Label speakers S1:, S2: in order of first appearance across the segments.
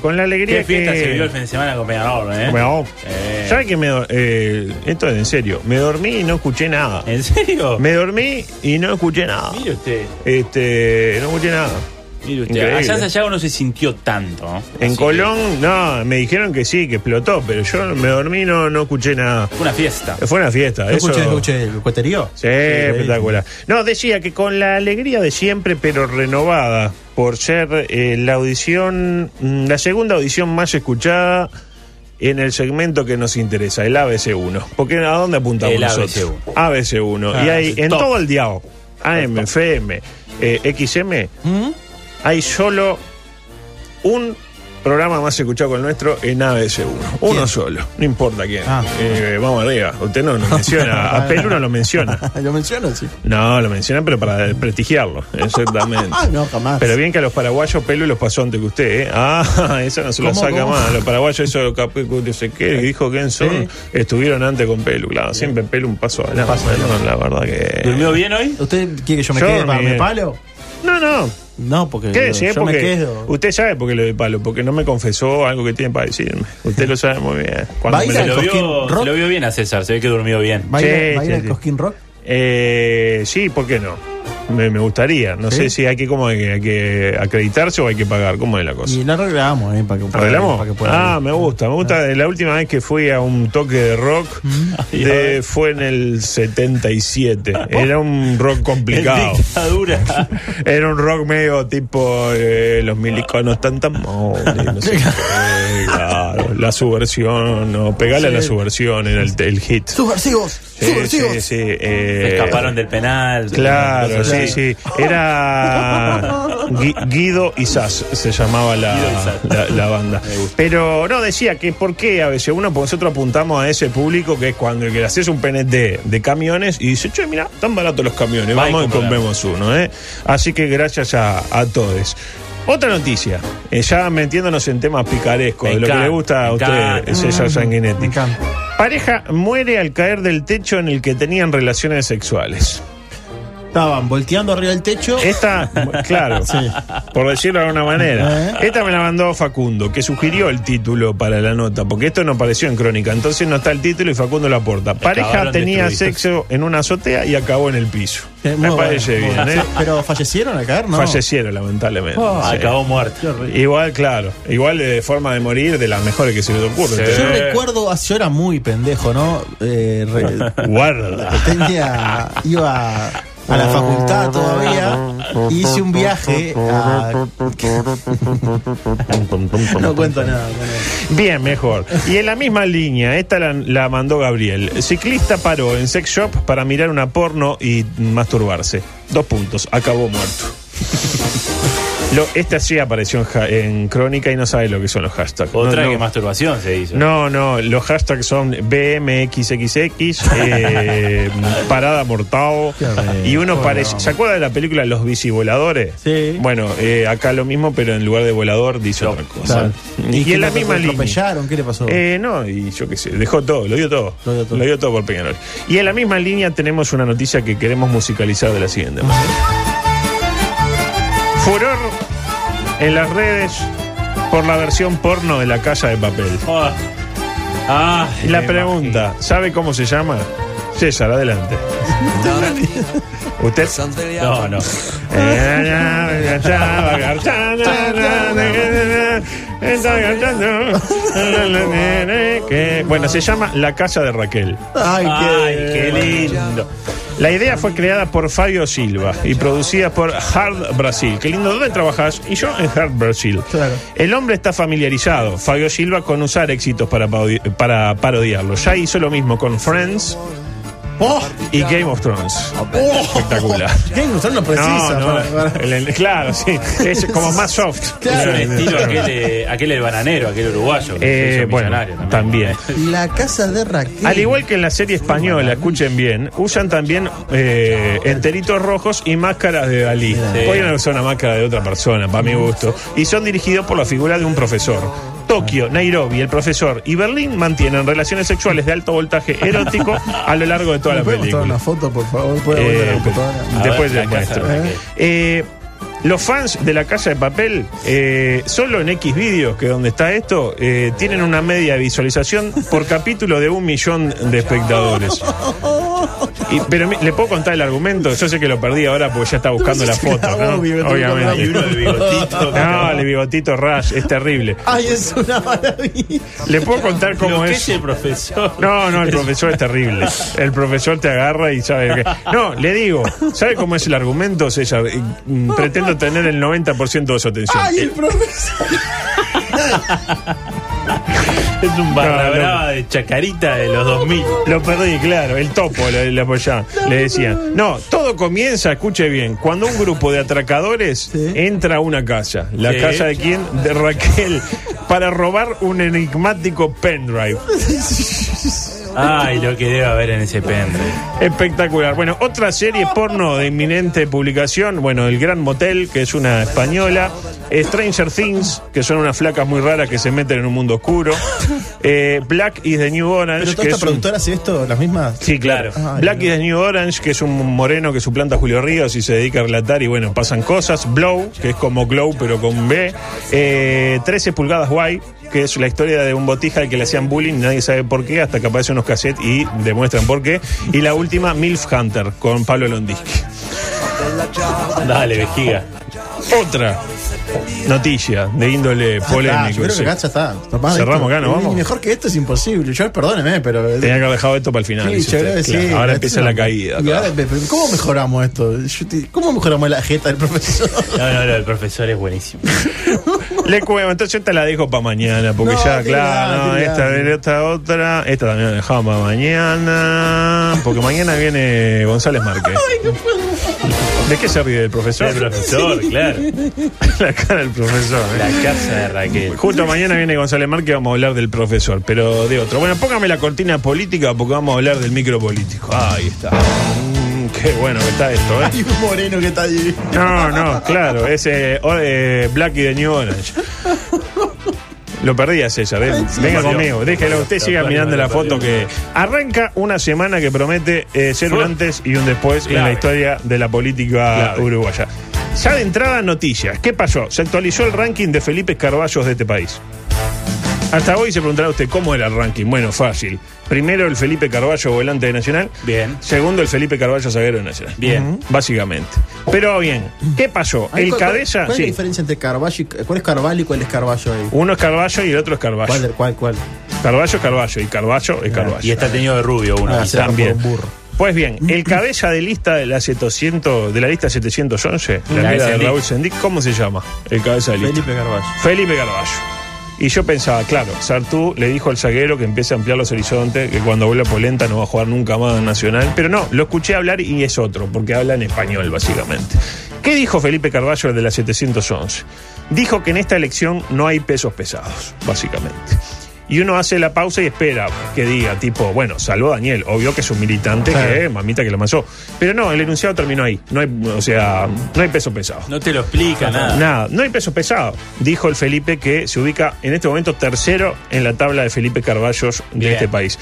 S1: Con la alegría
S2: Qué fiesta
S1: Ah, que.
S2: se vivió el fin de semana con Peñarol, ¿eh?
S1: Me ahogo.
S2: Eh.
S1: ¿Sabe que me do- eh, Esto es en serio. Me dormí y no escuché nada.
S2: ¿En serio?
S1: Me dormí y no escuché nada.
S2: Mire usted,
S1: Este, no escuché nada.
S2: mire usted.
S1: Increíble.
S2: Allá en Santiago no se sintió tanto. ¿no?
S1: En
S2: Así
S1: Colón, no, me dijeron que sí, que explotó, pero yo me dormí y no, no escuché nada.
S2: que Fue una fiesta.
S1: Fue una fiesta.
S3: ¿No
S1: eso-
S3: escuché, escuché el cueterío?
S1: Sí, espectacular. No, decía que con la alegría de siempre, pero renovada, por ser eh, la audición, mm, la segunda audición más escuchada en el segmento que nos interesa, el ABC1. Porque ¿a dónde apuntamos
S2: El
S1: nosotros?
S2: ABC1.
S1: ABC1. y
S2: Ah,
S1: hay
S2: es
S1: en
S2: top.
S1: todo el diao, AM, FM, eh, XM,
S2: ¿Mm?
S1: hay solo un programa más escuchado con el nuestro en ABC1. Uno
S3: ¿Quién?
S1: solo, no importa quién.
S3: Ah.
S1: Eh, vamos arriba, usted no nos menciona, a Pelu no lo menciona.
S3: ¿Lo menciono? Sí.
S1: No, lo mencionan, pero para desprestigiarlo. Exactamente.
S3: Ah, no, jamás.
S1: Pero bien que a los paraguayos Pelu los pasó antes que usted, ¿eh? Ah, eso no se lo
S3: ¿Cómo,
S1: saca
S3: cómo?
S1: más. Los paraguayos, eso cap- no sé qué, dijo que en son, estuvieron antes con Pelu, claro. Siempre Pelu un paso adelante.
S3: paso adelante.
S1: ¿no? La verdad que.
S2: ¿Durmió bien hoy?
S3: ¿Usted quiere que yo me
S1: Yo
S3: quede para
S1: dormí.
S3: mi palo?
S1: No, no.
S3: No, porque
S1: ¿Qué
S3: yo,
S1: decir?
S3: me
S1: ¿eh? Porque
S3: quedo.
S1: Usted sabe por qué lo de palo, porque no me confesó algo que tiene para decirme. Usted lo sabe muy bien. Cuando
S3: ¿Va
S1: me
S3: a
S1: lo-
S3: ir
S2: Se
S3: al
S2: lo,
S3: Cosquín
S2: vio,
S3: Rock?
S2: se lo vio bien a César, se ve que durmió bien.
S3: ¿Va a ir,
S1: Sí,
S3: va a ir
S1: sí,
S3: al
S1: sí.
S3: Cosquín Rock?
S1: Eh, sí, ¿por qué no? Me, me gustaría. No
S3: ¿Sí?
S1: sé si hay que, como hay que, hay que acreditarse o hay que pagar. ¿Cómo es la cosa?
S3: Y lo arreglamos, ¿eh? Para que pueda-
S1: ¿Arreglamos?
S3: Para que pueda
S1: Ah,
S3: ir.
S1: me gusta, me gusta. La última vez que fui a un toque de rock
S3: Mm.
S1: de- fue en el 77. Era un rock complicado.
S2: En dictadura.
S1: Era un rock medio tipo eh, los miliconos tan tan mole, no sé qué, claro, la subversión, no, pegale a la subversión era el, el hit.
S3: ¡Subversivos!
S1: Sí,
S3: ¡Subversivos!
S1: sí, sí, eh,
S2: Se escaparon del penal.
S1: Claro, sí,
S2: Entonces,
S1: sí. Era Gui- Guido y Sass, se llamaba la,
S2: Guido y Sass.
S1: la- la banda. Pero no, decía que por qué a veces uno, porque nosotros apuntamos a ese público que es cuando que le haces un PNT de, de camiones y dice, che, mira, tan baratos los camiones,
S2: Va y
S1: vamos y
S2: compra.
S1: compremos uno, ¿eh? Así que gracias a, a todos. Otra noticia, eh, ya metiéndonos en temas picarescos,
S2: Me
S1: de lo que
S2: encanta,
S1: le gusta a
S2: me
S1: usted,
S2: encanta.
S1: César Sanguinetti.
S3: Mm, Me encanta.
S1: Pareja muere al caer del techo en el que tenían relaciones sexuales.
S3: Estaban volteando arriba del techo.
S1: Esta, claro, por decirlo de alguna manera.
S3: ¿Eh?
S1: Esta me la mandó Facundo, que sugirió el título para la nota, porque esto no apareció en crónica. Entonces no está el título y Facundo la aporta. Pareja
S2: Acabaron
S1: tenía
S2: destruidos.
S1: sexo en una azotea y acabó en el piso.
S3: Eh, muy
S1: me
S3: bueno,
S1: parece
S3: muy
S1: bien,
S3: bueno.
S1: ¿eh?
S3: Sí, Pero fallecieron acá, ¿no?
S1: Fallecieron, lamentablemente.
S3: Oh,
S1: Sí.
S2: Ah, Acabó muerto.
S1: Igual, claro. Igual de forma de morir, de las mejores que se les ocurre.
S3: Yo
S1: Entonces,
S3: recuerdo, yo era muy pendejo, ¿no? Eh, re-
S1: Guarda.
S3: tenía, iba a la facultad todavía y hice un viaje a... No cuento nada. no,
S1: Bien, mejor. Y en la misma línea, esta la, la mandó Gabriel. Ciclista paró en sex shop para mirar una porno y masturbarse. Dos puntos, acabó muerto. Lo, esta sí apareció en, ja- en crónica y no sabe lo que son los hashtags.
S2: Otra
S1: no,
S2: que
S1: no.
S2: masturbación se hizo.
S1: No, no, los hashtags son BMXXX, eh, Parada Mortao,
S3: Qué rico,
S1: y uno
S3: no.
S1: parece... ¿Se acuerda de la película Los Bicivoladores?
S3: Sí.
S1: Bueno, eh, acá lo mismo, pero en lugar de volador dice otra cosa.
S3: Claro.
S1: Y,
S3: qué
S1: en la
S3: pasó?
S1: misma
S3: ¿Lo
S1: línea...
S3: atropellaron? ¿Qué le pasó?
S1: Eh, no, y yo qué sé, dejó todo, lo dio todo.
S3: Lo dio todo.
S1: por Peñarol. Y en la misma línea tenemos una noticia que queremos musicalizar de la siguiente manera. Furor en las redes por la versión porno de La Casa de Papel.
S2: Ah. Ah,
S1: Y la
S2: me
S1: pregunta, ¿sabe cómo se llama? César, adelante. ¿Usted?
S2: imagino. No, no.
S1: Que- Bueno, se llama La Casa de Raquel.
S3: Ay,
S2: Ay,
S3: qué...
S2: qué lindo.
S1: La idea fue creada por Fabio Silva y producida por Hard Brasil. Qué lindo, ¿dónde trabajas? Y yo en Hard Brasil.
S3: Claro.
S1: El hombre está familiarizado, Fabio Silva, con usar éxitos para, paudi- para parodiarlo. Ya hizo lo mismo con Friends,
S3: ¡Oh!
S1: y Game of Thrones. Espectacular.
S3: Game of Thrones Oh. no precisa.
S1: No, no,
S3: para- para-
S1: el- el- claro, sí. Es como más soft.
S2: Es
S3: Claro.
S2: un estilo aquel, eh, aquel el bananero, aquel uruguayo. que se
S1: Eh,
S2: hizo
S1: bueno,
S2: millonario
S1: también.
S3: La casa de Raquel.
S1: Al igual que en la serie española, escuchen bien, usan también eh, enteritos rojos y máscaras de Dalí. Podrían usar una máscara de otra persona, para mi gusto. Y son dirigidos por la figura de un profesor. Tokio, Nairobi, el profesor y Berlín mantienen relaciones sexuales de alto voltaje erótico a lo largo de toda la
S3: ¿Puedes mostrar
S1: película.
S3: una foto, por favor? ¿Puedes
S1: Eh,
S3: volver a la
S1: pero-
S3: computadora?
S2: A
S1: después
S2: ver,
S1: les
S2: la casa
S1: muestro.
S2: de Raquel.
S1: Eh, los fans de la Casa de Papel, eh, solo en X vídeos, que donde está esto, eh, tienen una media de visualización por capítulo de un millón de espectadores. Y- pero mi- le puedo contar el argumento, yo sé que lo perdí ahora porque ya está buscando la foto, ¿no?
S3: Obvio, tengo que
S1: Obviamente.
S2: Y uno del bigotito.
S1: No, el bigotito Rush, es terrible.
S3: Ay, es una maravilla.
S1: Le puedo contar
S2: Lo
S1: cómo
S2: que
S1: es.
S2: es el profesor.
S1: No, no, el profesor es terrible. El profesor te agarra y sabe que. No, le digo, ¿sabe cómo es el argumento, César? Eh, mm, Pretendo tener el 90% de su atención.
S3: Ay, el profesor.
S2: Es un barra
S1: No, no.
S2: brava de chacarita de los 2000.
S1: Lo perdí, claro, el topo le, le apoyaba, le decían. No, todo comienza, escuche bien, cuando un grupo de atracadores
S3: Sí.
S1: entra a una casa. ¿La
S2: Sí.
S1: casa de quién? De Raquel. Para robar un enigmático pendrive.
S2: Ay, lo que debe haber en ese pendrive.
S1: Espectacular. Bueno, otra serie porno de inminente publicación. Bueno, El Gran Motel, que es una española. Stranger Things, que son unas flacas muy raras que se meten en un mundo oscuro. Eh, Black is the New Orange,
S3: Pero toda
S1: que
S3: esta
S1: es un...
S3: productora hace esto, las mismas. Ah,
S1: Sí, claro.
S3: Ay,
S1: Black
S3: no.
S1: is the New Orange, que es un moreno que suplanta a Julio Ríos y se dedica a relatar y bueno, pasan cosas. Blow, que es como Glow pero con B. Eh, 13 pulgadas guay, que es la historia de un botija al que le hacían bullying, nadie sabe por qué, hasta que aparecen unos cassettes y demuestran por qué. Y la última, Milf Hunter, con Pablo Londisky.
S2: Dale, vejiga.
S1: Otra noticia de índole
S3: Ya está,
S1: polémico.
S3: Ah, yo creo
S1: sí.
S3: que acá ya está. Nomás
S1: Cerramos
S3: esto.
S1: acá, ¿no?
S3: Y
S1: Vamos.
S3: Mejor que esto es imposible. Yo, perdóneme, pero.
S1: Tenía que haber dejado esto para el final.
S3: Sí,
S1: dice
S3: yo
S1: usted.
S3: creo que sí.
S1: Claro,
S3: Esto
S1: ahora empieza
S3: es
S1: la
S3: una-
S1: caída.
S3: y ahora, pero ¿Cómo mejoramos esto? Yo te- ¿Cómo mejoramos la jeta del profesor?
S2: No, no, no, el profesor es buenísimo.
S1: Le cuento, entonces yo te la dejo para mañana, porque
S3: No,
S1: ya,
S3: qué
S1: claro,
S3: grande,
S1: no,
S3: qué
S1: esta,
S3: grande.
S1: esta otra, esta también la dejamos para mañana, porque mañana viene González Márquez. ¿De qué se ríe el profesor?
S2: El profesor, claro.
S1: la cara del profesor. ¿eh?
S2: La casa de Raquel.
S1: Justo mañana viene González Márquez, vamos a hablar del profesor, pero de otro. Bueno, póngame la cortina política porque vamos a hablar del micropolítico. Ahí está. Mm, qué bueno que está esto, ¿eh?
S3: Hay un moreno que está allí.
S1: No, no, claro, ese eh, Blacky de New Orange. Lo perdí a César, eh. venga
S2: Lo perdió.
S1: conmigo, déjelo, usted
S2: Lo
S1: siga
S2: perdió,
S1: mirando
S2: lo
S1: la foto que
S2: perdió.
S1: arranca una semana que promete eh, ser un
S2: Fue-
S1: antes y un después en la
S2: Clave.
S1: historia de la política
S2: Clave.
S1: uruguaya. Ya de entrada noticias, ¿qué pasó? Se actualizó el ranking de Felipe Carballos de este país. Hasta hoy se preguntará usted cómo era el ranking. Bueno, fácil. Primero el Felipe Carballo, volante de Nacional.
S2: Bien.
S1: Segundo el Felipe Carballo, zaguero de Nacional.
S2: Bien.
S1: Básicamente. Pero bien, ¿qué pasó?
S3: Ahí,
S1: el
S3: ¿cuál-
S1: cabeza.
S3: ¿Cuál es la
S1: sí.
S3: diferencia entre Carballo y. ¿Cuál es Carvalho y cuál es Carballo ahí?
S1: Uno es Carballo y el otro es Carballo.
S3: ¿Cuál, cuál, cuál?
S1: Carballo, Carballo. Y Carballo es Carballo.
S2: Y está tenido de rubio uno.
S3: Ah,
S2: quizá.
S3: se agarró
S1: también.
S3: por un burro.
S1: Pues bien, el cabeza de lista de la 700, de la lista 711, la,
S2: La de
S1: mira de
S2: Sendic.
S1: Raúl Sendic, ¿cómo se llama? El cabeza de lista.
S3: Felipe Carballo.
S1: Felipe Carballo. Y yo pensaba, claro, Sartú le dijo al zaguero que empiece a ampliar los horizontes, que cuando vuelva Polenta no va a jugar nunca más en Nacional. Pero no, lo escuché hablar y es otro, porque habla en español, básicamente. ¿Qué dijo Felipe Carballo de la 711? Dijo que en esta elección no hay pesos pesados, básicamente. Y uno hace la pausa y espera que diga, tipo, bueno, salvo Daniel, obvio que es un militante
S3: Claro.
S1: que, mamita que lo manchó. Pero no, el enunciado terminó ahí. No hay, o sea, no hay pesos pesados.
S2: No te lo explica nada.
S1: Nada, no hay peso pesado, dijo el Felipe que se ubica en este momento tercero en la tabla de Felipe Carballos de
S2: Bien.
S1: este país.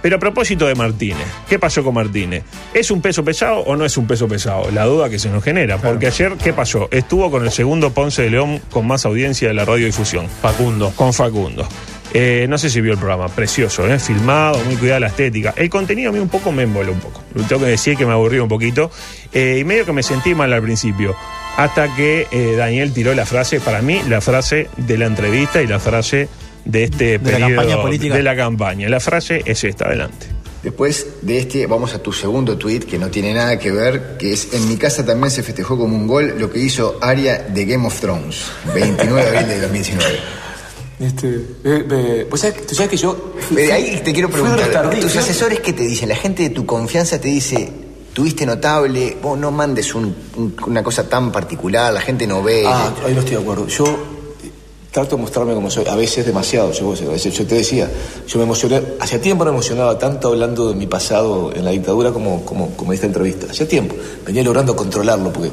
S1: Pero a propósito de Martínez, ¿qué pasó con Martínez? ¿Es un peso pesado o no es un peso pesado? La duda que se nos genera, porque ayer, ¿qué pasó? Estuvo con el segundo Ponce de León con más audiencia de la radiodifusión,
S2: Facundo.
S1: con Facundo. Eh, no sé si vio el programa, precioso, ¿eh? filmado, muy cuidada la estética. El contenido a mí un poco me emboló un poco. Lo tengo que decir que me aburrió un poquito. eh, y medio que me sentí mal al principio. Hasta que eh, Daniel tiró la frase, para mí, la frase de la entrevista y la frase de este
S3: De la
S1: periodo
S3: campaña política.
S1: de la campaña. La frase es esta, adelante.
S4: Después de este, vamos a tu segundo tweet que no tiene nada que ver, que es en mi casa también se festejó como un gol lo que hizo Aria de Game of Thrones, 29 de abril de 2019.
S5: Este, eh, eh, ¿vos sabés- ¿Tú sabes que yo... fui-
S4: Eh, ahí te quiero
S5: fui
S4: preguntar,
S5: retardísimo.
S4: ¿tus asesores qué te dicen? La gente de tu confianza te dice, tuviste notable, vos no mandes un- un- una cosa tan particular, la gente no ve.
S5: Ah, ahí no estoy de acuerdo. Yo eh, trato de mostrarme como soy, a veces demasiado. Yo, a veces- yo te decía, yo me emocioné, hacía tiempo no me emocionaba tanto hablando de mi pasado en la dictadura como, como, como en esta entrevista. Hacía tiempo, venía logrando controlarlo porque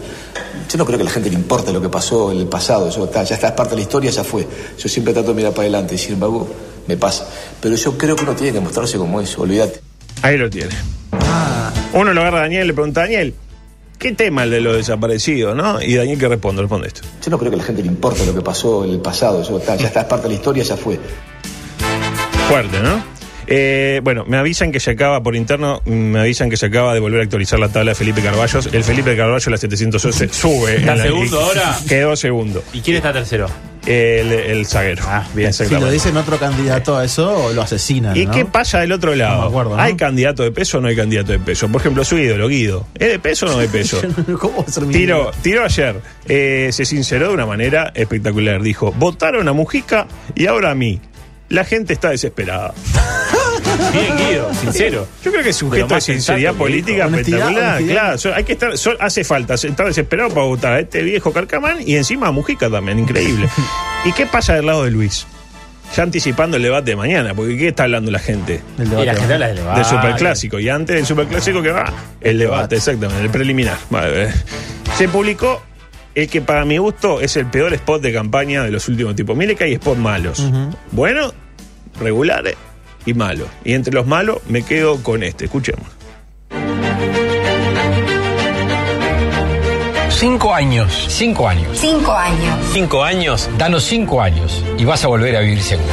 S5: yo no creo que a la gente le importe lo que pasó en el pasado. Yo, está, ya está, es parte de la historia, ya fue. Yo siempre trato de mirar para adelante y sin embargo me pasa. Pero yo creo que uno tiene que mostrarse como es, olvídate.
S1: Ahí lo tiene. Uno lo agarra a Daniel y le pregunta a Daniel, ¿qué tema el de los desaparecidos, no? Y Daniel que responde, responde esto.
S5: Yo no creo que a la gente le importe lo que pasó en el pasado. Yo, está, ya está, es parte de la historia, ya fue.
S1: Fuerte, ¿no? Eh, bueno, me avisan que se acaba por interno, me avisan que se acaba de volver a actualizar la tabla de Felipe Carballos. El Felipe Carballo, la 711, sube. en
S2: ¿Está
S1: la-
S2: segundo ahora?
S1: Quedó segundo.
S2: ¿Y quién está tercero?
S1: El, el zaguero.
S2: Ah, bien.
S3: Si lo
S1: Exactamente.
S3: dicen otro candidato a eso, o lo asesinan.
S1: ¿Y
S3: ¿no?
S1: qué pasa del otro lado?
S3: No me acuerdo, ¿no?
S1: ¿Hay candidato de peso o no hay candidato de peso? Por ejemplo, su ídolo, Guido. ¿Es de peso o no de peso?
S3: ¿Cómo va a
S2: Mm.
S3: ser mi
S1: Tiró, tiró ayer. Eh, se sinceró de una manera espectacular. Dijo, votaron a Mujica y ahora a mí. La gente está desesperada.
S2: Bien, Guido, sincero.
S1: Yo creo que es un
S2: Pero
S1: gesto de
S2: más sensato
S1: sinceridad
S2: que
S1: política
S3: dijo. Honestidad,
S1: espectacular.
S3: honestidad.
S1: Claro, so- hay que estar, so- hace falta estar desesperado para votar a este viejo Carcamán y encima a Mujica también, increíble. ¿Y qué pasa del lado de Luis? Ya anticipando el debate de mañana, porque ¿qué está hablando la gente?
S3: El
S2: Y
S3: debate
S2: la
S3: va.
S2: gente habla del debate.
S1: Del superclásico. Y antes del superclásico que va el debate, exactamente, el preliminar. Vale, eh. Se publicó el que para mi gusto es el peor spot de campaña de los últimos tipos. Mire que hay spots malos. Bueno, regulares y malos. Y entre los malos me quedo con este. Escuchemos.
S6: Cinco años. Cinco años.
S7: Cinco años.
S8: Cinco años.
S6: Danos cinco años y vas a volver a vivir seguro.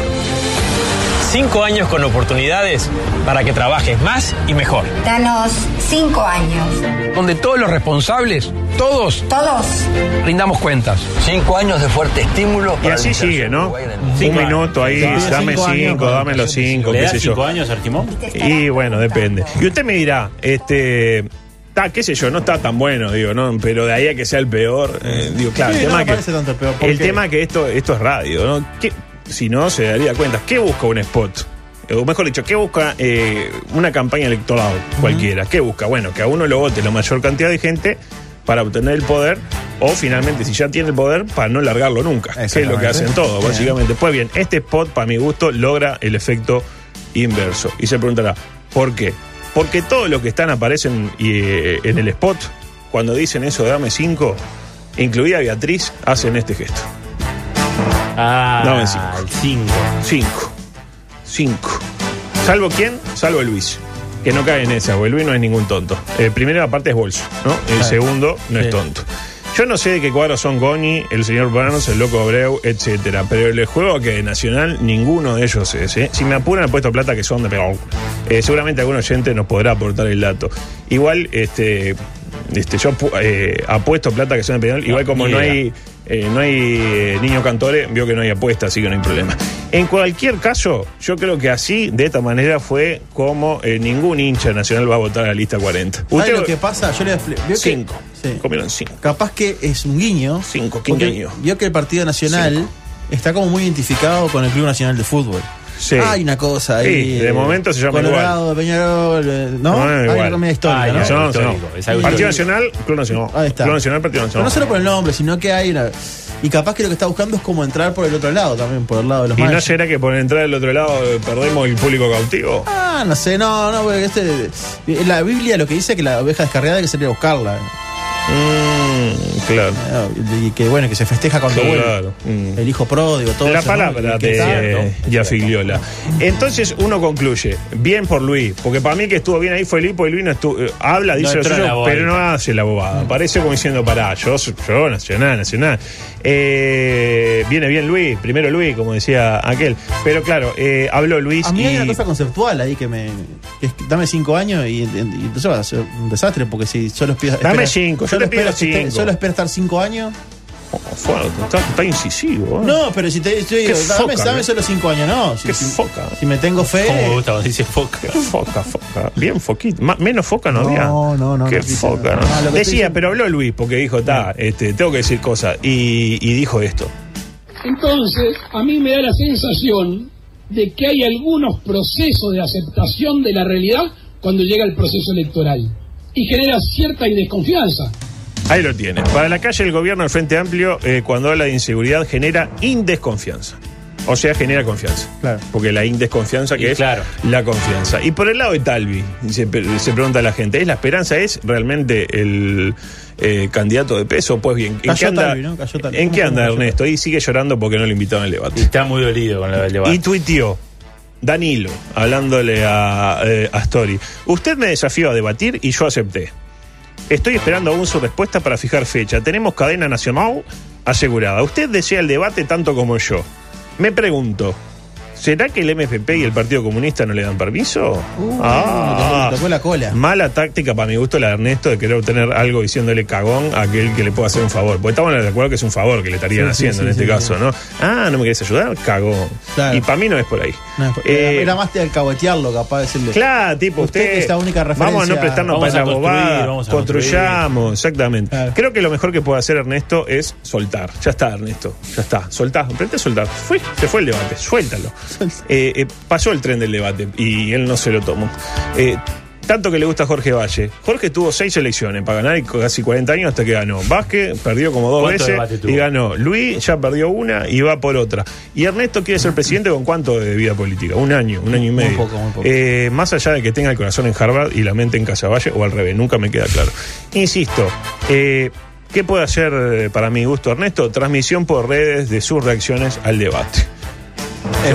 S8: Cinco años con oportunidades para que trabajes más y mejor.
S7: Danos cinco años.
S6: Donde todos los responsables, todos,
S7: Todos.
S6: rindamos cuentas. Cinco años de fuerte estímulo.
S1: Y así sigue, ¿no? Un
S2: Cinco
S1: minuto ahí,
S2: años.
S1: dame
S3: Cinco años
S1: cinco,
S3: con
S1: dame los cinco,
S2: ¿Le
S1: qué
S2: das
S1: sé yo.
S2: cinco años, Artimón?
S7: Te estarán
S1: Y bueno, depende.
S7: preguntando.
S1: Y usted me dirá, este. Está, qué sé yo, no está tan bueno, digo, ¿no? Pero de ahí a que sea el peor, eh, digo, claro,
S3: Sí,
S1: el
S3: no
S1: tema
S3: me
S1: que.
S3: parece tanto el peor, ¿por qué?
S1: tema que esto, esto es radio, ¿no? ¿Qué- si no, se daría cuenta. ¿Qué busca un spot? O mejor dicho, ¿qué busca eh, una campaña electoral cualquiera? ¿Qué busca? Bueno, que a uno lo vote la mayor cantidad de gente para obtener el poder o finalmente, si ya tiene el poder, para no largarlo nunca. Que es lo que
S3: Exactamente.
S1: hacen todos,
S3: Bien.
S1: básicamente. Pues bien, este spot, para mi gusto, logra el efecto inverso. Y se preguntará, ¿por qué? Porque todos los que están aparecen y, eh, en el spot, cuando dicen eso, dame 5, incluida Beatriz, hacen este gesto.
S2: Ah,
S1: No, en cinco.
S2: el cinco.
S1: 5. 5. ¿Salvo quién? Salvo Luis. Que no cae en esa, porque Luis no es ningún tonto. El primero, aparte, es bolso, ¿no? El segundo no es
S3: Sí.
S1: tonto. Yo no sé de qué cuadros son Goni, el señor Barnes, el loco Abreu, etcétera. Pero el juego que de Nacional, ninguno de ellos es. ¿eh? Si me apuran, he puesto plata que son de Perón. Eh, seguramente algún oyente nos podrá aportar el dato. Igual, este. Este, yo pu- eh, apuesto plata que son de penal, igual como
S2: ni
S1: no
S2: idea.
S1: hay eh, no hay eh, niño cantores, vio que no hay apuesta, así que no hay problema. En cualquier caso, yo creo que así, de esta manera, fue como eh, ningún hincha nacional va a votar a la lista 40.
S3: ¿Sabe lo que pasa? Yo le explico. Vio que-
S1: Cinco.
S3: Sí.
S1: Comieron cinco.
S3: Capaz que es un guiño.
S1: Cinco, ¿quién
S3: porque
S1: guiño?
S3: Vio que el Partido Nacional está como muy identificado con el Club Nacional de Fútbol.
S1: Sí.
S3: Hay una cosa ahí.
S1: Sí, de
S3: eh,
S1: momento se llama
S3: Colorado, Peñarol, eh, ¿no?
S1: No, es
S3: Hay
S1: Ah, igual.
S3: una comida histórica,
S2: Ay,
S3: ¿no?
S2: ay,
S1: No, no,
S2: histórico,
S1: no.
S2: es algo
S1: Partido
S2: histórico.
S1: Nacional, Club Nacional.
S3: Ahí está.
S1: Club Nacional, Partido
S3: Pero no
S1: Nacional.
S3: solo por el nombre, sino que hay una. Y capaz que lo que está buscando es como entrar por el otro lado también, por el lado de los
S1: ¿Y no
S3: mayas.
S1: será que por entrar del otro lado eh, perdemos el público cautivo?
S3: Ah, no sé, no, no, porque este, la Biblia lo que dice es que la oveja descarriada hay que salir a buscarla.
S1: Mm, claro.
S3: eh, Y que bueno, que se festeja cuando
S1: Claro,
S3: vuelve.
S1: mm.
S3: El hijo pródigo, todo
S1: La
S3: eso, ¿no?
S1: palabra
S3: Y que está-
S1: de Yafigliola. Entonces uno concluye, bien por Luis, porque para mí que estuvo bien ahí fue Luis, porque Luis no estuvo, eh, habla, dice lo
S2: entró en la
S1: suyo,
S2: boda.
S1: pero no hace la bobada.
S3: Mm.
S1: Parece como diciendo, pará, yo, soy- yo nacional, nacional. Eh, viene bien Luis, primero Luis, como decía aquel. Pero claro, eh, habló Luis
S3: A mí hay
S1: y-
S3: una cosa conceptual ahí que me. que es que dame cinco años y, y- y entonces va a ser un desastre, porque si solo espera.
S1: Dame
S3: espera-
S1: cinco, yo
S3: solo
S1: te pido
S3: espera-
S1: cinco.
S3: Solo espera estar cinco años.
S1: Oh, fuerte, está, está incisivo. ¿eh?
S3: No, pero si te, yo digo,
S1: Qué
S3: dame,
S1: foca,
S3: dame
S1: ¿no?
S3: solo cinco años, no. Si,
S1: Qué
S3: si-
S1: foca.
S3: si me tengo fe.
S2: ¿Cómo me gusta cuando Oh, dice foca?
S1: Foca, foca. Bien foquita. Ma- menos foca no
S3: No,
S1: había.
S3: no, no,
S1: Qué
S3: no,
S1: foca,
S3: no.
S1: ¿no?
S3: Ah, lo que estoy
S1: Decía,
S3: diciendo-
S1: pero habló Luis porque dijo, ta, este, tengo que decir cosas. Y, y dijo esto.
S9: Entonces, a mí me da la sensación de que hay algunos procesos de aceptación de la realidad cuando llega el proceso electoral y genera cierta desconfianza.
S1: Ahí lo tiene. Para la calle, el gobierno del Frente Amplio, eh, cuando habla de inseguridad, genera indesconfianza. O sea, genera confianza.
S3: Claro.
S1: Porque la indesconfianza que
S2: Y
S1: es
S2: claro.
S1: la confianza. Y por el lado de Talvi, se, pre- se pregunta la gente, ¿es la esperanza? ¿Es realmente el eh, candidato de peso? Pues bien, ¿en
S3: Cayó
S1: qué anda,
S3: Talvi, ¿no? Cayó Talvi.
S1: ¿en
S3: ¿Cómo
S1: qué
S3: que
S1: anda
S3: cayó?
S1: Ernesto? Y sigue llorando porque no lo invitaron al debate.
S2: Y está muy dolido con la del debate.
S1: Y tuiteó Danilo, hablándole a, eh, a Story. Usted me desafió a debatir y yo acepté. Estoy esperando aún su respuesta para fijar fecha. Tenemos cadena nacional asegurada. Usted desea el debate tanto como yo. Me pregunto, ¿será que el MPP y el Partido Comunista no le dan permiso? Ah.
S3: Uh, me tocó la cola.
S1: Mala táctica para mi gusto la de Ernesto de querer obtener algo diciéndole cagón a aquel que le pueda hacer un favor. Porque estamos de acuerdo que es un favor que le estarían
S3: Sí, sí,
S1: haciendo
S3: sí,
S1: en este
S3: sí,
S1: caso, ¿no? Ah, ¿no me querés ayudar? Cagón.
S3: Claro.
S1: Y para mí no es por ahí.
S3: No,
S1: Eh,
S3: era más de alcahuetearlo, capaz de decirle.
S1: Claro, tipo,
S3: Usted
S1: usted,
S3: que es la única
S1: vamos a no
S3: referencia.
S1: prestarnos
S2: Vamos
S1: para
S2: a
S1: la
S2: construir,
S1: bobada,
S2: vamos a
S1: construyamos, exactamente.
S3: Claro.
S1: Creo que lo mejor que puede hacer Ernesto es soltar. Ya está, Ernesto, ya está. Soltá, aprende a soltar. Fue, se fue el debate, suéltalo. Eh, eh, pasó el tren del debate y él no se lo tomó. Eh, tanto que le gusta a Jorge Valle. Jorge tuvo seis elecciones para ganar y casi 40 años hasta que ganó. Vázquez perdió como dos
S2: ¿Cuántos
S1: veces
S2: debates tuvo?
S1: y ganó. Luis ya perdió una y va por otra. Y Ernesto quiere ser presidente con cuánto de vida política? Un año, un año y
S3: Muy
S1: medio.
S3: poco, muy poco.
S1: Eh, más allá de que tenga el corazón en Harvard y la mente en Casaballe o al revés, nunca me queda claro. Insisto, eh, ¿qué puede hacer eh, para mi gusto Ernesto? Transmisión por redes de sus reacciones al debate.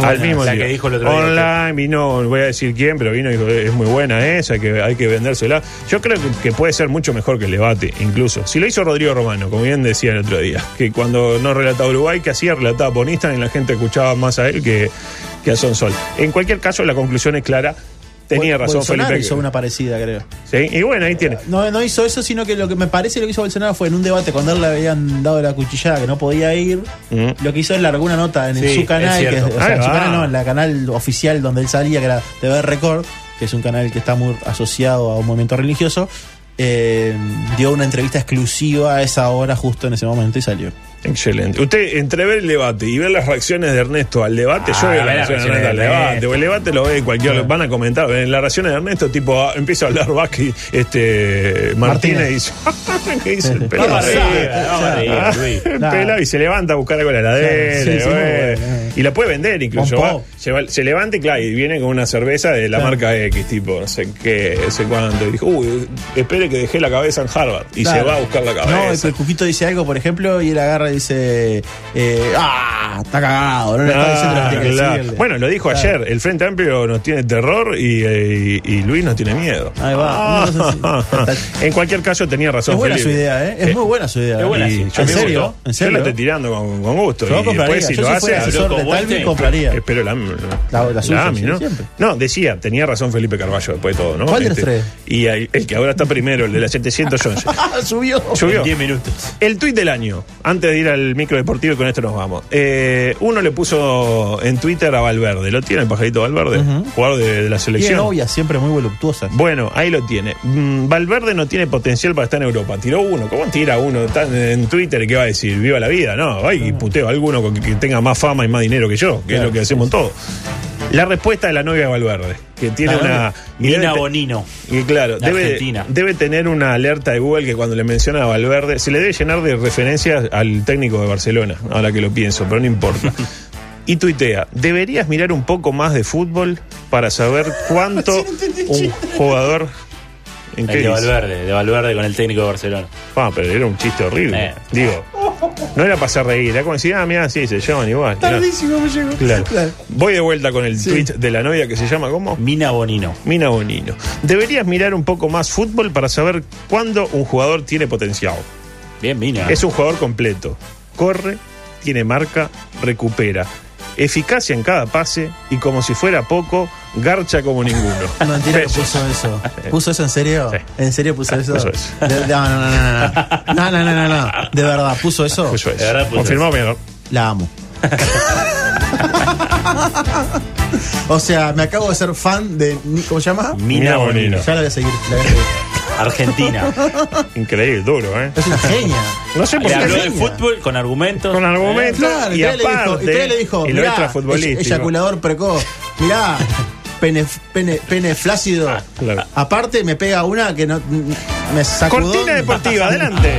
S1: al mismo
S2: la
S1: día.
S2: que dijo el otro día
S1: Online vino, voy a decir quién, pero vino y dijo, es muy buena esa, que hay que vendérsela. Yo creo que, que puede ser mucho mejor que el debate, incluso. Si lo hizo Rodrigo Romano, como bien decía el otro día, que cuando no relataba Uruguay, que hacía, relataba Bonista y la gente escuchaba más a él que, que a Sonsol. En cualquier caso, la conclusión es clara. Tenía
S3: Bol-
S1: razón
S3: Bolsonaro
S1: Felipe.
S3: hizo una parecida, creo.
S1: Sí, Y bueno, ahí tiene.
S3: No, no hizo eso, sino que lo que me parece lo que hizo Bolsonaro fue en un debate cuando él le habían dado la cuchillada que no podía ir.
S1: Mm.
S3: Lo que hizo es largó una nota en el-
S2: Sí,
S3: su canal,
S2: es
S3: que es-
S2: cierto.
S3: o sea,
S1: Ah,
S3: en su
S1: va.
S3: canal no, en la canal oficial donde él salía, que era TV Record, que es un canal que está muy asociado a un movimiento religioso. eh, dio una entrevista exclusiva a esa hora, justo en ese momento, y salió.
S1: Excelente. Usted, entre ver el debate y ver las reacciones de Ernesto al debate,
S2: Ah,
S1: yo veo
S2: ver
S1: las
S2: las
S1: reacciones de
S2: reacciones
S1: Ernesto al
S2: de
S1: debate.
S2: Ernesto.
S1: O el debate lo ve cualquiera, lo van a comentar. En las reacciones de Ernesto, tipo, ah, empieza a hablar Vázquez, este, Martínez, y dice, ¿qué dice el pelado?
S2: Vamos
S1: Sí.
S2: arriba, vamos arriba,
S1: Ah,
S2: Luis.
S1: el pelado y se levanta a buscar algo en la heladera.
S3: Sí, sí,
S1: y
S3: sí,
S1: bueno.
S3: muy bueno.
S1: Y la puede vender incluso.
S3: Con
S1: va,
S3: pop.
S1: lleva- se levanta y claro, y viene con una cerveza de la marca X, tipo, no sé qué, no sé cuánto. Y dijo, uy, espere que dejé la cabeza en Harvard. Y se
S3: Claro.
S1: va a buscar la
S3: No,
S1: cabeza.
S3: pero el Cuquito dice algo, por ejemplo, y él agarra y dice: eh, ¡Ah! Está cagado, no le está diciendo lo que
S1: Ah,
S3: tiene que
S1: claro.
S3: decirle.
S1: Bueno, lo dijo ayer, el Frente Amplio nos tiene terror y, eh, y- y Luis nos tiene miedo.
S3: Ahí va, una cosa así.
S1: en cualquier caso tenía razón.
S3: Es buena
S1: Felipe.
S3: su idea, ¿eh? Es
S1: Eh,
S3: muy buena su idea.
S1: es buena, sí.
S3: Y-
S1: Yo
S3: ¿En
S1: me
S3: serio?
S1: gustó.
S3: ¿En
S1: Yo la
S3: serio?
S1: estoy tirando con, con gusto.
S3: Yo
S1: y
S3: compraría.
S1: después si
S3: Yo
S1: lo
S3: si fuera
S1: hace,
S3: asesor
S1: habló
S3: de
S1: con
S3: Talvi,
S1: Weinstein.
S3: compraría.
S1: Espero la,
S3: La- la suya,
S1: AMI,
S3: sí,
S1: ¿no?
S3: siempre.
S1: No, decía, tenía razón Felipe Carballo después de todo, ¿no? Este,
S3: ¿Cuál de los tres?
S1: Y ahí- el que ahora está primero, el de la 711.
S3: ¡Ah! Subió.
S1: Subió.
S2: En 10 minutos.
S1: El tuit del año, antes de ir al micro deportivo y con esto nos vamos. Eh, uno le puso en Twitter a Valverde, ¿lo tiene el pajarito Valverde? Jugador de, de la
S3: Tiene
S1: selección.
S3: novias siempre muy voluptuosas.
S1: Bueno, ahí lo tiene. Mm, Valverde no tiene potencial para estar en Europa. Tiró uno. ¿Cómo tira uno tan en Twitter y qué va a decir? Viva la vida. No, ay, puteo a alguno con que, que tenga más fama y más dinero que yo, que es
S3: Claro,
S1: lo que hacemos todos. La respuesta de la novia de Valverde, que tiene
S3: Ah,
S1: una...
S2: Nina
S1: debe-
S2: Bonino.
S1: y claro,
S2: De
S1: debe,
S2: Argentina.
S1: debe tener una alerta de Google que cuando le menciona a Valverde, se le debe llenar de referencias al técnico de Barcelona, ahora que lo pienso, pero no importa. Y tuitea, deberías mirar un poco más de fútbol para saber cuánto un jugador... ¿En qué
S2: El de
S1: dice?
S2: Valverde, de Valverde con el técnico de Barcelona.
S1: Ah, pero era un chiste horrible.
S2: Eh.
S1: Digo, no era para hacer reír, era como decir, ah, mira, sí, se llaman igual. mirá.
S3: Tardísimo me llegó.
S1: Claro.
S3: Claro.
S1: Voy de vuelta con el tweet de la novia que se llama, ¿cómo?
S2: Mina Bonino.
S1: Mina Bonino. Deberías mirar un poco más fútbol para saber cuándo un jugador tiene potencial.
S2: Bien, Mina.
S1: Es un jugador completo. Corre, tiene marca, recupera. Eficacia en cada pase y como si fuera poco, garcha como ninguno.
S3: No entiendo que
S1: Besos.
S3: puso eso. ¿Puso eso en serio?
S1: Sí. Ah,
S3: ¿En serio puso eso?
S1: Puso eso.
S3: De- no, no, no, no, no. No, no, no, no, no. De verdad, ¿puso eso?
S1: Eso es.
S2: De verdad, puto.
S1: Confirmado, mejor.
S3: La amo. o sea, me acabo de ser fan de. Ni- ¿Cómo se llama?
S1: Mina Bonino.
S3: Ya la voy a seguir. la voy a seguir.
S2: Argentina.
S1: Increíble, duro, ¿eh?
S3: Es una genia.
S1: No sé por
S2: Le
S1: qué.
S2: habló
S1: es
S2: de
S1: genia.
S2: fútbol con argumentos.
S1: Con argumentos.
S3: Claro,
S1: y
S3: y todavía le dijo-
S1: aparte,
S3: y todavía le dijo,
S1: y lo
S3: mirá,
S1: extra futbolístico.
S3: ey- eyaculador precoz, mirá, pene, pene, pene flácido.
S1: Ah, claro.
S3: Aparte me pega una que no me sacó.
S1: Cortina deportiva, adelante.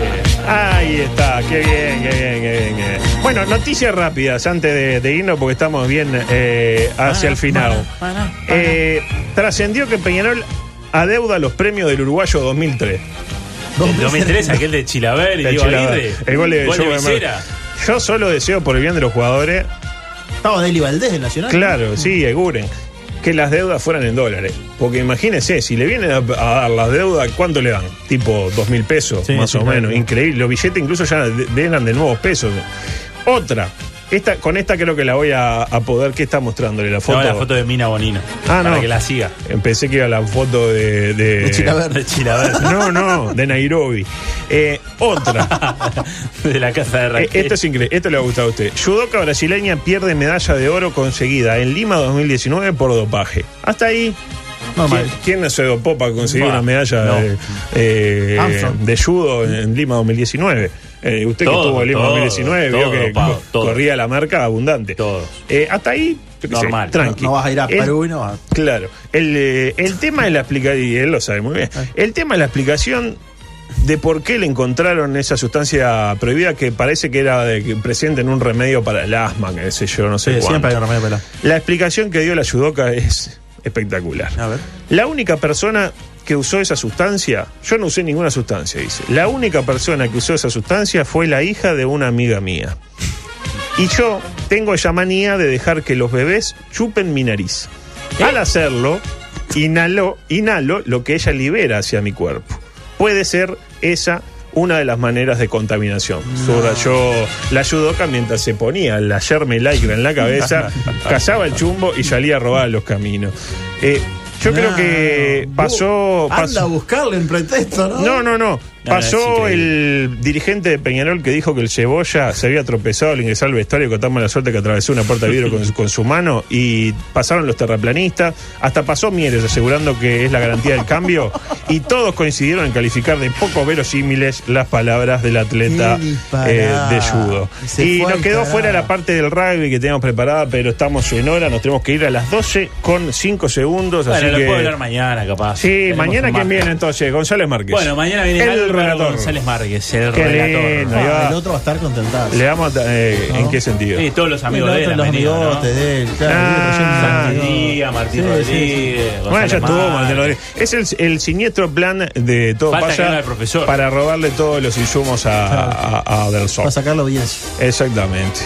S1: Ahí está, qué bien, qué bien, qué bien. qué bien. Bueno, noticias rápidas antes de, de irnos porque estamos bien eh, hacia el final. Eh, Trascendió que Peñarol adeuda los premios del Uruguayo 2003.
S2: El 2003, aquel de Chilaver y
S1: El
S2: Diego
S1: Chilaver.
S2: Aguirre.
S1: El gol de, Joe Gamarra.
S2: Visera.
S1: Yo solo deseo por el bien de los jugadores,
S3: Estaba Deli Valdés del Nacional.
S1: claro, sí, Eguren, que las deudas fueran en dólares. Porque imagínense, si le vienen a, a dar las deudas, ¿cuánto le dan? Tipo dos mil pesos,
S3: Sí,
S1: más
S3: sí,
S1: o
S3: claro.
S1: menos. Increíble. Los billetes incluso ya de- eran de nuevos pesos. Otra. Esta, con esta creo que la voy a, a poder. ¿Qué está mostrándole? La foto.
S2: No, la foto de Mina Bonino.
S1: Ah,
S2: Para
S1: no.
S2: que la siga.
S1: Empecé que era la foto de. De,
S3: De Chilaver.
S2: De Chilaver.
S1: No, no, de Nairobi. Eh, otra.
S2: de la casa de
S1: Eh,
S2: Raquel.
S1: Esto es increíble, esto le va a gustar a usted. Judoka brasileña pierde medalla de oro conseguida en Lima 2019 por dopaje. Hasta ahí.
S3: Normal.
S1: ¿Quién, quién no se dopó para conseguir
S2: Bah,
S1: una medalla
S2: no.
S1: de, eh,
S3: Armstrong.
S1: de judo en, en Lima 2019? Eh, usted
S2: Todo,
S1: que estuvo en Lima
S2: todo,
S1: 2019
S2: todo
S1: vio que
S2: dopado,
S1: co-
S2: todo.
S1: corría la marca abundante.
S2: Todos.
S1: Eh, hasta ahí, yo qué sé,
S2: Normal.
S1: tranqui.
S3: No vas a ir a
S1: El-
S3: Perú y no vas.
S1: Claro. El, eh, el tema de la explicación, y él lo sabe muy bien,
S3: Ah.
S1: el tema de la explicación de por qué le encontraron esa sustancia prohibida que parece que era de, que presente en un remedio para el asma, que sé yo, no sé
S3: Sí,
S1: cuánto.
S3: siempre hay un remedio para
S1: La explicación que dio la judoka es espectacular.
S3: la- A ver.
S1: La única persona que usó esa sustancia, yo no usé ninguna sustancia, dice. La única persona que usó esa sustancia fue la hija de una amiga mía. Y yo tengo esa manía de dejar que los bebés chupen mi nariz. Al hacerlo, inhalo, inhalo lo que ella libera hacia mi cuerpo. Puede ser esa una de las maneras de contaminación. Subrayó la judoka mientras se ponía la yerme lycra en la cabeza, cazaba el chumbo y salía a robar los caminos. Eh, yo creo que
S3: No.
S1: pasó...
S3: Anda
S1: pasó-
S3: a buscarle un pretexto, ¿no?
S1: no, no, no.
S2: es
S1: Pasó
S2: increíble.
S1: el dirigente de Peñarol que dijo que el Cebolla se había tropezado al ingresar al vestuario con tan mala suerte que atravesó una puerta de vidrio con, su- con su mano y pasaron los terraplanistas. Hasta pasó Mieres asegurando que es la garantía del cambio y todos coincidieron en calificar de poco verosímiles las palabras del atleta
S3: Qué disparada.
S1: eh, de judo.
S3: Se
S1: Y
S3: fue
S1: nos
S3: al
S1: quedó
S3: carajo.
S1: fuera la parte del rugby que teníamos preparada, pero estamos en hora, nos tenemos que ir a las 12 con 5 segundos.
S2: Bueno,
S1: así
S2: lo
S1: que...
S2: puedo hablar mañana, capaz.
S1: Sí,
S2: Tenemos
S1: mañana quién
S2: un margen.
S1: viene entonces, González Márquez.
S2: Bueno, mañana viene
S1: el
S2: Álvaro
S1: relator.
S2: González Márquez, el
S1: Qué
S2: relator.
S1: lindo. Ahí va.
S3: Ah, el otro va a estar contentado.
S1: Le damos a- eh, en qué sentido.
S2: Sí, todos los amigos
S3: El
S2: de él.
S3: otro,
S2: han
S3: los
S2: venido, ¿no?
S3: amigotes de él,
S1: Ah,
S3: claro. el otro, yo
S2: Sandía, Martín
S3: Sí, sí, sí.
S2: Rodríguez.
S1: Bueno,
S2: González
S1: ya estuvo
S2: Mar-
S1: Martín Rodríguez. Es el, el siniestro plan de todo
S2: Falta que
S1: pasa
S2: venga el profesor.
S1: para robarle todos los insumos a, a, a Del Sol.
S3: Para sacarlo bien.
S1: Exactamente.